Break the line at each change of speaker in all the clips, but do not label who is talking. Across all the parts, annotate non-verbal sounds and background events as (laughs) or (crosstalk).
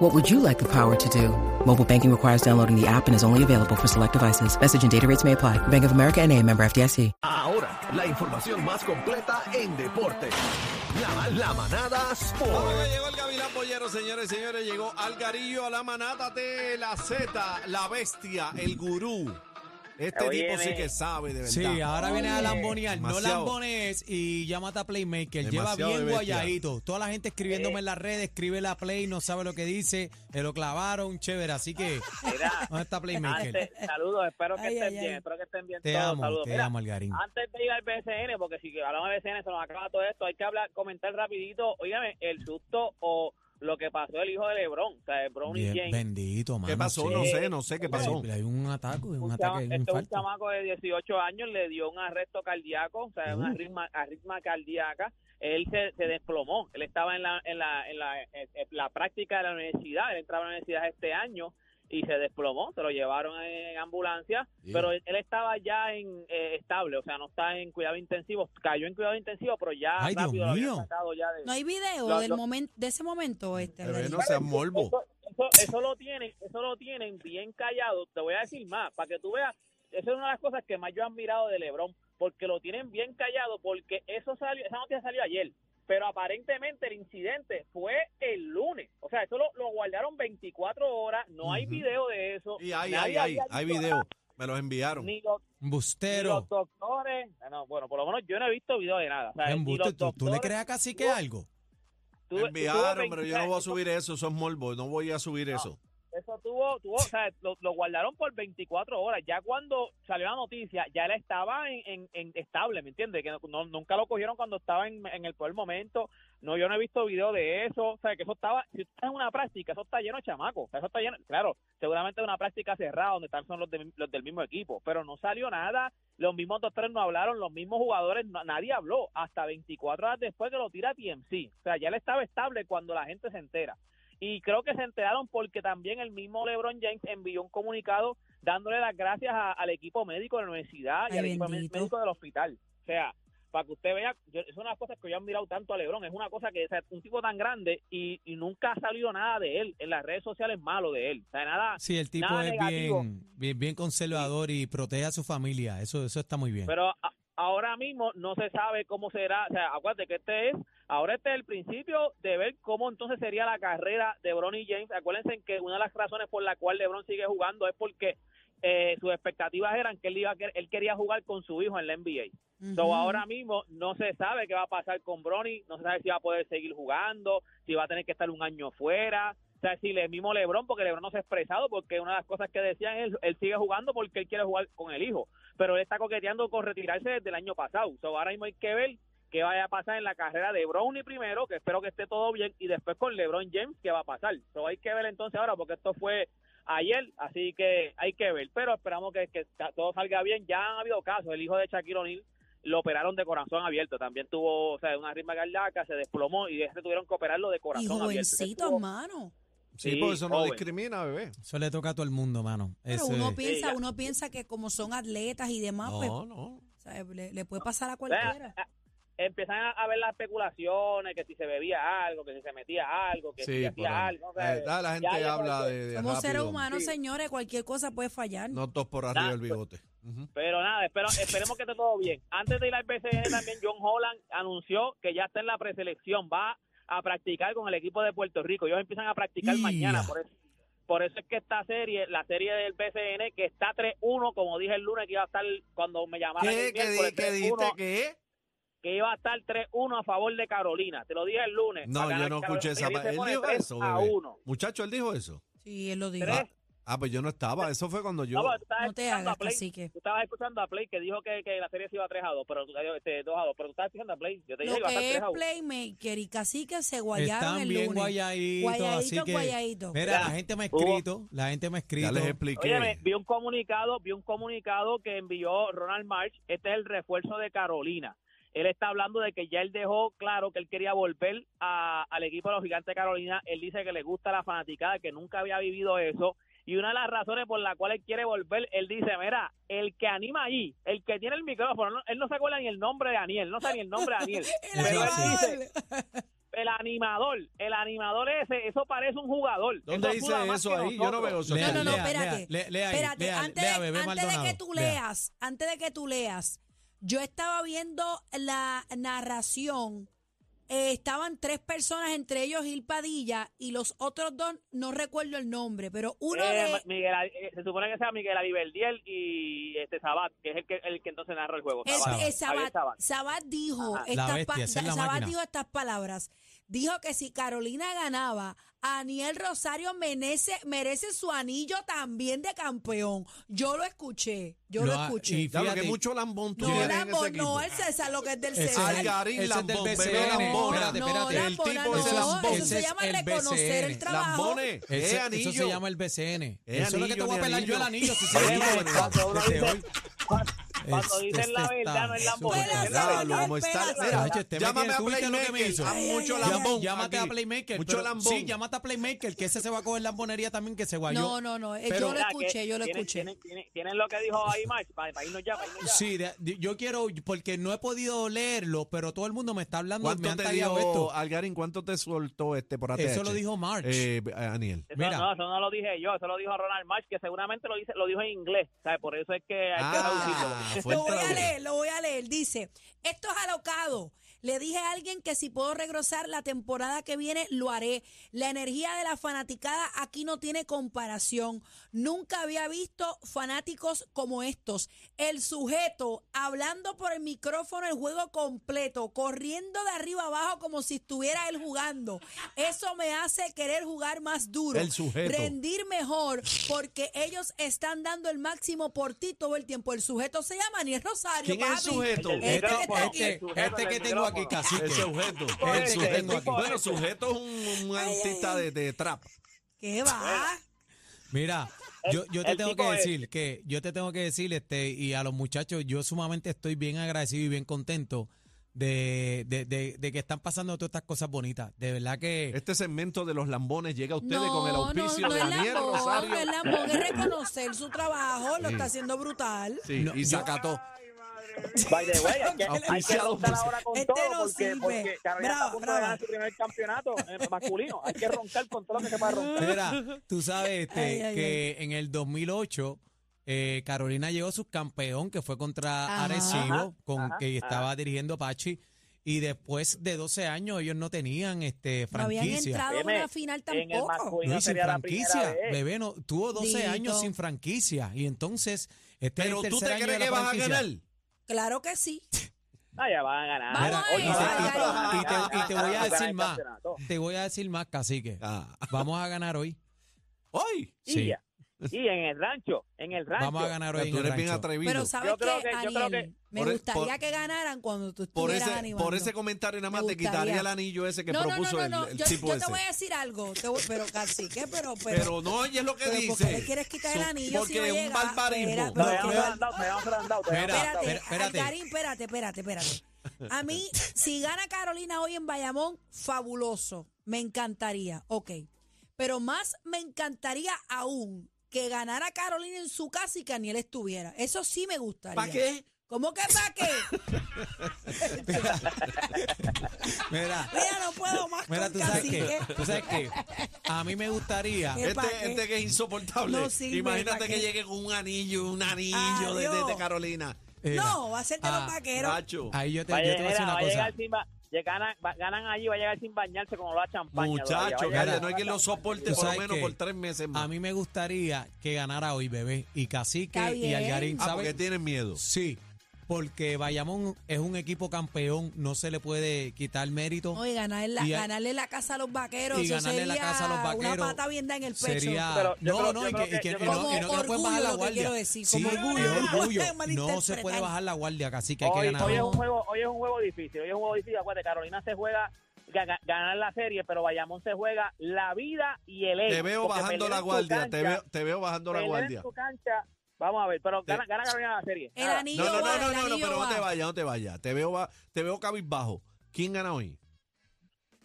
What would you like the power to do? Mobile banking requires downloading the app and is only available for select devices. Message and data rates may apply. Bank of America and a member FDIC.
Ahora, la información más completa en deporte. La, la manada
Bueno,
Sport.
llegó el Gavilán Pollero, señores y señores. Llegó Algarillo a la manada de la Z, la bestia, el gurú. Este
Óyeme.
tipo sí que sabe, de verdad.
Sí,
ah,
ahora vienes a lambonear. No
Demasiado.
lambones y llámate a Playmaker.
Demasiado
Lleva
de
bien
bestia.
guayadito. Toda la gente escribiéndome en las redes, escribe la Play, no sabe lo que dice. Se lo clavaron, chévere. Así que, (laughs)
Mira,
¿dónde está Playmaker?
antes, saludos, espero que
Ay,
estén
ay,
bien,
ay.
espero que estén bien
Te
todos.
amo,
saludos.
te
Mira, ah,
amo, Algarín.
Antes de ir al BCN, porque si hablamos de BCN se nos acaba todo esto, hay que hablar, comentar rapidito, óigame, el susto o lo que pasó el hijo de Lebron, o sea, Lebron y
Bien,
James.
bendito, mano.
¿Qué pasó?
sí.
No sé, no sé qué pasó.
Hay, hay un ataque, un,
Un chama-
ataque, un
este es un
infarto.
chamaco de 18 años, le dio un arresto cardíaco, o sea, una arritma, arritma cardíaca. Él se, se desplomó. Él estaba en la, en, la, en, la, en la práctica de la universidad, él entraba a la universidad este año y se desplomó. Se lo llevaron en ambulancia,
Yeah.
pero él, él estaba ya en eh, estable, o sea, no está en cuidado intensivo. Cayó en cuidado intensivo, pero ya
Ay, Dios
rápido lo habían
mío.
sacado ya de-
No hay video
Lo-
del
lo-
momento de ese momento este.
Bebé,
Algarín.
no seas morbo.
eso, eso- eso lo tienen, eso lo tienen bien callado. Te voy a decir más, para que tú veas, eso es una de las cosas que más yo he admirado de Lebron, porque lo tienen bien callado, porque eso salió, esa noticia salió ayer, pero aparentemente el incidente fue el lunes. O sea, eso lo, lo guardaron 24 horas, no hay
Ujú.
video de eso.
Y hay, hay,
nadie
hay,
había
hay
visto
video.
nada,
Me los enviaron.
Ni los, ni
Bustero.
los doctores, no, bueno, por lo menos yo no he visto video de nada. O sea, ni
Embuste,
los
¿tú, tú le
doctores-
crees a Cacique
tú-
algo?
tú-
Me
tú
enviaron,
ves
pero yo no voy a
26,
subir eso. Eso es morbo. No voy a subir
Ah,
eso.
Eso tuvo, tuvo o sea, lo, lo guardaron por 24 horas. Ya cuando salió la noticia, ya él estaba en, en- en estable, ¿me entiendes? Que no- no- nunca lo cogieron cuando estaba en, en el peor momento. No, yo no he visto video de eso. O sea, que eso estaba, si tú estás en una práctica, eso está lleno de chamacos. O sea, eso está lleno, claro, seguramente es una práctica cerrada donde están son los, de- los del mismo equipo. Pero no salió nada. Los mismos doctores no hablaron, los mismos jugadores, no- nadie habló. Hasta 24 horas después que lo tira TMC. O sea, ya él estaba estable cuando la gente se entera y creo que se enteraron porque también el mismo LeBron James envió un comunicado dándole las gracias a- al equipo médico de la universidad y
Ay,
al equipo
bendito.
médico del hospital. O sea, para que usted vea, yo- es una cosa que yo he admirado tanto a LeBron, es una cosa que o sea, un tipo tan grande y, y nunca ha salido nada de él en las redes sociales malo de él. O sea, nada,
Sí, el tipo
nada
es
negativo.
bien, bien, bien conservador y protege a su familia. Eso, eso está muy bien.
Pero a- ahora mismo no se sabe cómo será. O sea, acuérdate que este es, ahora este es el principio de ver cómo entonces sería la carrera de Bron y James. Acuérdense que una de las razones por la cual LeBron sigue jugando es porque eh, sus expectativas eran que él, iba a quer- él quería jugar con su hijo en la NBA.
Ujú.
So, ahora mismo no se sabe qué va a pasar con Bronny, no se sabe si va a poder seguir jugando, si va a tener que estar un año fuera, o sea, si le mismo LeBron, porque LeBron no se ha expresado, porque una de las cosas que decían es, él sigue jugando porque él quiere jugar con el hijo, pero él está coqueteando con retirarse desde el año pasado. So, ahora mismo hay que ver qué vaya a pasar en la carrera de Brownie primero, que espero que esté todo bien, y después con LeBron James, qué va a pasar. So, hay que ver entonces ahora, porque esto fue ayer, así que hay que ver, pero esperamos que, que ta- todo salga bien. Ya han habido casos, el hijo de Shaquille O'Neal lo operaron de corazón abierto, también tuvo, o sea, una ritma cardíaca, se desplomó y de este tuvieron que operarlo de
Y
corazón abierto. Ese
jovencito,
tuvo-
hermano.
Sí,
Sí,
porque eso no
joven.
discrimina, bebé.
Eso le toca a todo el mundo, mano.
Pero
Eso
uno
es.
piensa,
Sí, ya.
uno piensa que como son atletas y demás, pues
No, no.
¿sabes? Le, le puede pasar a
Vea,
cualquiera.
a- Empiezan a, a ver las especulaciones, que si se bebía algo, que si se metía algo, que si
Sí, por
hacía
ahí.
algo. o sea,
Eh, da, la gente
ya llegó
habla
el-
de, de
Somos seres
rápido.
humanos,
Sí.
señores, cualquier cosa puede fallar.
No tos por arriba
Nah,
el
pues-
bigote. Ujú.
Pero nada, espero, esperemos que esté todo bien. Antes de ir al BCN también, John Holland anunció que ya está en la preselección, va a practicar con el equipo de Puerto Rico. Ellos empiezan a practicar
Ya.
mañana, por eso, por eso es que esta serie, la serie del BCN, que está 3-1, como dije el lunes, que iba a estar cuando me llamaron
¿Qué,
el
qué,
miércoles,
di- qué dijiste?
3-1,
¿Qué?
que iba a estar 3-1 a favor de Carolina. Te lo dije el lunes.
No,
Acá
yo no
Carolina
escuché esa
se
parte. Él
pone
dijo
3
eso,
a
bebé.
1.
Muchacho, él dijo eso.
Sí, él lo dijo.
Tres
Ah, pues yo no estaba. Eso fue cuando yo.
No, tú estabas
No te
escuchando a
hagas,
Play.
cacique.
Tú estabas escuchando a Play que dijo que, que la serie se iba a 3 a 2, pero tú, este, 2 a 2, pero tú estabas escuchando a Play. Yo te dije que iba
Lo
a estar
que
3
es
a 1.
Playmaker y Cacique se guayaron
Están
el
bien
lunes.
guayaditos, así
Guayadito,
que.
guayadito.
Mira,
Ya.
la gente me ha
Hubo-
escrito, la gente me ha escrito.
ya les expliqué.
Oye, vi un comunicado, vi un comunicado que envió Ronald March. Este es el refuerzo de Carolina. Él está hablando de que ya él dejó claro que él quería volver a- al equipo de los Gigantes de Carolina. Él dice que le gusta la fanaticada, que nunca había vivido eso. Y una de las razones por la cual él quiere volver, él dice, mira, el que anima ahí, el que tiene el micrófono, no- él no se acuerda ni el nombre de Daniel, no sabe ni el nombre de Daniel.
El
Eso
Pero (laughs) él
sí.
animador.
dice, el animador, el animador ese, eso parece un jugador.
¿Dónde
Eso suda
dice
más
eso
que
ahí? Yo no
nosotros.
veo eso.
Lea,
No, no, no,
lea,
espérate.
lea, lea ahí,
espérate,
lea,
antes,
lea,
de,
Bebé
antes de que
Maldonado,
tú
lea.
leas, antes de que tú leas, yo estaba viendo la narración. eh, estaban tres personas, entre ellos Gil Padilla, y los otros dos, no recuerdo el nombre, pero uno
Eh,
de.
Ma- Miguel Ali- eh, se supone que sea Miguel Aliverdiel y este Sabat, que es el que, el que entonces narra el juego.
El-
Sabat.
eh,
Javier
Sabat, Sabat dijo,
Ajá.
La
estas
bestia,
pa-
esa es la
Sabat
máquina.
dijo estas palabras. Dijo que si Carolina ganaba, Aniel Rosario merece, merece su anillo también de campeón. Yo lo escuché, yo
Lo
lo,
ha-
escuché.
y
Ya, lo que
Fíjate.
mucho lambón tú
No,
tienes en
Lambo,
ese equipo.
no, el César, lo que es del
Ese es
César.
el-
Algarín,
ese es del
Lambón,
BCN.
bebé
No,
Lambón.
Espérate,
no,
espérate.
El
Lambona,
tipo
no,
ese Lambón.
Eso se
Ese
llama
es el
reconocer
BCN.
el trabajo.
Lambones,
Ese-
es
eso
Eh, anillo.
se llama el BCN.
Es
eso es lo que te
anillo,
voy a
mi
pelar yo el
anillo.
anillo. Si
Oye,
se
Sabat.
Bueno,
Cuando uno
desde
dice-
hoy.
cuando
Este
dicen la
está-
verdad, no es la
Porque
Pela,
ya,
Sabat,
lo como está-
pela,
mira,
Sabat.
Nacho, este
Llámame
me tiene-
a
¿tú viste lo que me
Playmaker.
hizo?
Ah,
Ay,
mucho
ay, ay,
lambón.
ay.
Llámate
aquí.
a Playmaker.
Mucho
pero-
lambón.
Sí, llámate a Playmaker, que ese se va a coger lambonería también, que se guayó.
No, no, no, eh,
Pero-
yo lo
Mira, que
escuché, yo lo
tienen-
escuché.
Tienen, tienen- tienen lo que dijo ahí March, para, irnos ya, pa' irnos ya.
Sí, de- de- yo quiero, porque no he podido leerlo, pero todo el mundo me está hablando, me
¿Cuánto
han
te
tagueado
dijo
esto.
Algarín? ¿Cuánto te soltó este por ATH?
Eso lo dijo March.
Eh, Aniel.
Eso,
Mira.
No, eso no lo dije yo, eso lo dijo Ronald March, que seguramente lo, dice, lo dijo en inglés, ¿sabes? Por eso es que hay que traducirlo.
Ah, fue
Lo voy a
traductor.
leer, lo voy a leer. Dice, esto es alocado. Le dije a alguien que si puedo regresar la temporada que viene, lo haré. La energía de la fanaticada aquí no tiene comparación. Nunca había visto fanáticos como estos. El sujeto hablando por el micrófono el juego completo, corriendo de arriba abajo como si estuviera él jugando. Eso me hace querer jugar más duro.
El sujeto.
Ren- rendir mejor porque ellos están dando el máximo por ti todo el tiempo. El sujeto se llama Aniel Rosario.
¿Quién es el
papi.
sujeto?
El que
Este,
está aquí.
este, este que tengo aquí, cacique.
El sujeto.
El
El
sujeto
sujeto.
aquí.
Bueno, sujeto es un, un
Ay, ay,
artista
ay.
de, de trap.
¿Qué va?
Mira, yo, yo te
el
tengo que
tipo es-
decir que yo te tengo que decir este y a los muchachos yo sumamente estoy bien agradecido y bien contento de, de, de- de que están pasando todas estas cosas bonitas. De verdad que
(laughs) Este segmento de los lambones llega a ustedes
No,
con el
no,
auspicio
no
de
es
Aniel
Lambón,
Rosario.
no es Lambón, es reconocer su trabajo, lo
Sí.
está haciendo brutal.
Sí,
No,
y
yo-
sacató.
By the way, hay que, hay que
Auspiciado
roncar
por-
ahora con
Este
todo
no
porque,
sirve.
porque Carolina está a
Brava,
punto de
brava.
ganar su primer campeonato eh, masculino. Hay que roncar con todo lo que se pueda roncar.
Mira, tú sabes este,
Ay, ay,
que en el 2008 eh, Carolina llegó subcampeón, que fue contra
Ajá.
Arecibo,
Ajá,
con
ajá,
que
ajá.
estaba dirigiendo Pachi. Y después de 12 años ellos no tenían este
No habían
franquicia.
entrado a
Dime,
una final
En el
tampoco.
masculino
No, y sin
sería la
franquicia.
primera vez.
Bebé no, tuvo 12
Dito.
años sin franquicia. Y entonces, este
Pero
es el
tú te
tercer año
crees
de la
que vas a
franquicia.
ganar.
Claro que sí.
Ah, ya van a ganar.
Vamos a
Mira, y
ver,
te- y te-
Algarín.
y te- y te voy a
Ganar el
decir más.
campeonato.
Te voy a decir más, cacique.
Ah.
Vamos a
(laughs)
ganar hoy.
¡Ay!
Sí.
Y, ya. y en el rancho, en el rancho.
Vamos a ganar hoy.
Tú
en el
eres bien
rancho.
atrevido.
Pero ¿sabes
Yo
qué,
creo que- yo creo
Aniel?
que-
Me
por- e-,
gustaría
por-
que ganaran cuando tú
por
estuvieras
ese,
animando.
por ese comentario nada más
Me
te quitaría
gustaría.
el anillo ese que
no, no,
propuso
no, no,
el-
no.
el,
yo,
tipo
yo
ese.
te voy a decir algo. Te voy- pero casi que, pero, pero,
Pero no oyes lo que
pero ¿por
dice.
qué le quieres quitar el
Su-
anillo si
Porque
no
es un
llega?
barbarismo.
Espera,
Te
pero-
dejamos
pero-
agrandado, te dejamos agrandado, te dejamos
Mira,
agrandado.
espérate,
espérate.
Algarín, espérate, espérate, espérate. A mí, si gana Carolina hoy en Bayamón, fabuloso. Me encantaría, ok. Pero más me encantaría aún que ganara Carolina en su casa y que Aniel estuviera. Eso sí me gustaría.
¿Para qué?
¿Cómo que para qué?
Mira,
Mira, no puedo más
mira,
con ¿eh?
tú sabes que,
Cacique.
tú sabes que a mí me
(laughs)
gustaría
¿Qué pa'
Este,
qué?
este que es insoportable.
No sirve,
Imagínate
¿pa'
que
qué?
llegue con un anillo, un anillo de, de- de
Adiós.
Carolina.
Mira,
No, va a ser de
Ah,
los vaqueros.
Nacho.
Ahí yo te,
Vaya,
yo te voy a
mira,
decir
va
una
a
cosa.
llegar sin ba- ya ganan, va- ganan allí, va a llegar sin bañarse con la champaña. todavía, va a
Muchacho,
llegar-
calla, no hay quien lo soporte
Tú
por lo
sabes
menos
que
por tres meses
A
más.
mí me gustaría que ganara hoy, bebé. Y Cacique
Está
y Algarín,
bien.
ah, porque
¿sabes?
tienen miedo.
Sí. porque Bayamón es un equipo campeón, no se le puede quitar mérito.
No, y ganarle la,
Y-
ganarle la casa a los vaqueros.
y
eso
ganarle la
sería
casa a los vaqueros
Una pata bien da en el pecho.
Sería,
Pero yo
no,
creo-
no,
yo
y
creo
que, y
que-
que-
yo
y
creo
no,
que-
y no te puedes
Como
bajar la
orgullo, lo que
guardia.
quiero decir,
Sí,
como
es
orgullo, no lo
orgullo.
puedes
No se
malinterpretar.
puede bajar la guardia, así que hay que
Hoy,
ganar.
hoy es un juego, hoy es un juego difícil, hoy es un juego difícil. Acuérdate, Carolina se juega ga- ga- ganar la serie, pero Bayamón se juega la vida y el ego.
Te veo
porque
bajando
perder
la
en tu
guardia, te
cancha-
veo, te veo bajando la
perder en
guardia.
tu cancha, vamos a ver, pero
Te-
gana, gana Carolina la serie.
El
Nada.
anillo
No, no,
va,
no, no, no,
el
no,
anillo
pero no
va.
te vayas, no te vayas. Te veo, ba- te veo cabizbajo. ¿Quién gana hoy?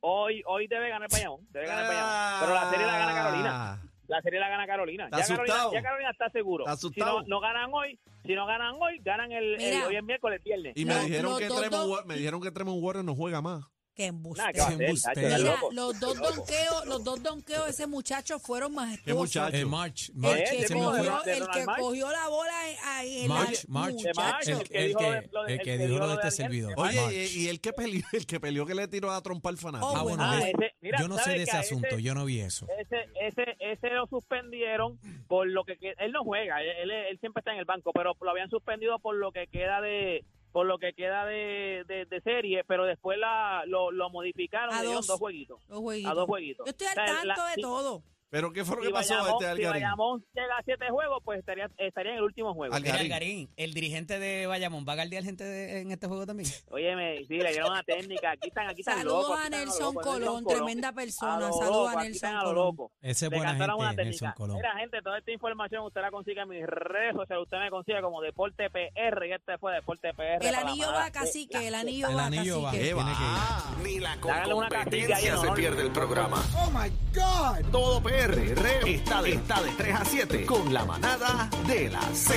Hoy, hoy debe ganar Bayamón, debe ganar Bayamón. Pero la serie la gana Carolina.
Ah,
La serie la gana Carolina.
Está
Ya Carolina,
asustado.
ya Carolina está seguro.
Está
si
asustado.
no, no ganan hoy, si no ganan hoy, ganan el, el-
Mira.
hoy es miércoles, viernes.
Y me,
Los-
dijeron
los
que
dos-
Tremont,
dos-
Wa- me dijeron que Tremont Warren no juega más.
Qué
Nada,
embustero.
¿qué va a hacer?
embustero.
Tacho, estás
Mira,
loco.
los dos donqueos, los dos donqueos, ese muchacho fueron
Qué
majestuosos.
muchacho.
Eh, March, March,
El
Eh,
que,
se me
¿cómo
fue.
de-
cogió,
de
el que
Ronald March?
cogió la bola en- ahí en
March,
la
March,
De March,
muchacho.
el,
el que
el
dijo lo de-
que,
lo de-
el
el
que
que
dijo
dijo
lo de
lo de
este
Daniel.
servidor. March.
Oye, y, y el que peleó, el que peleó que le tiró a trompar al fanático.
ah,
Owen.
bueno,
Ah,
es-
ese- mira,
yo no sé
¿sabes
de ese
qué? este
asunto,
Ese-
yo no vi eso.
Ese, ese, ese lo suspendieron por lo que, que- él no juega, él, él siempre está en el banco, pero lo habían suspendido por lo que queda de por lo que queda de, de- de serie, pero después la, lo, lo modificaron
A
y le dieron
dos.
dos jueguitos.
Los jueguitos.
A dos jueguitos.
Yo estoy al
O sea,
tanto
la-
de
si-
todo.
¿Pero qué fue lo
Si
que pasó
Bayamón,
este
si
Algarín?
Bayamón llega a siete juegos, pues estaría, estaría en el último juego.
Algarín.
Mira, Algarín, el dirigente de Bayamón, ¿va a guardiar gente de- en este juego también?
Óyeme, sí, le dieron una técnica. Aquí están, aquí están
Saludos
locos.
a
aquí están
Nelson
los locos,
Colón, tremenda
A
persona.
lo
Saludos
loco,
a
aquí están
Nelson
a lo
Colón.
loco.
Ese es
Le
buena
cantaron una
gente,
técnica.
Nelson Colón.
Mira, gente, toda esta información usted la consigue en mis redes sociales. Usted me consigue como Deporte PR. Y este fue Deporte PR.
El
para la
anillo
manada
va,
de
cacique,
la
el anillo
El
va,
anillo va.
cacique.
¿Qué va?
Tiene que ir.
Ni la
Háganle una
competencia
castilla ahí,
se
¿no?
pierde el programa. Oh E my God. Todo PR está de, está de 3 a 7 con la manada de la Z.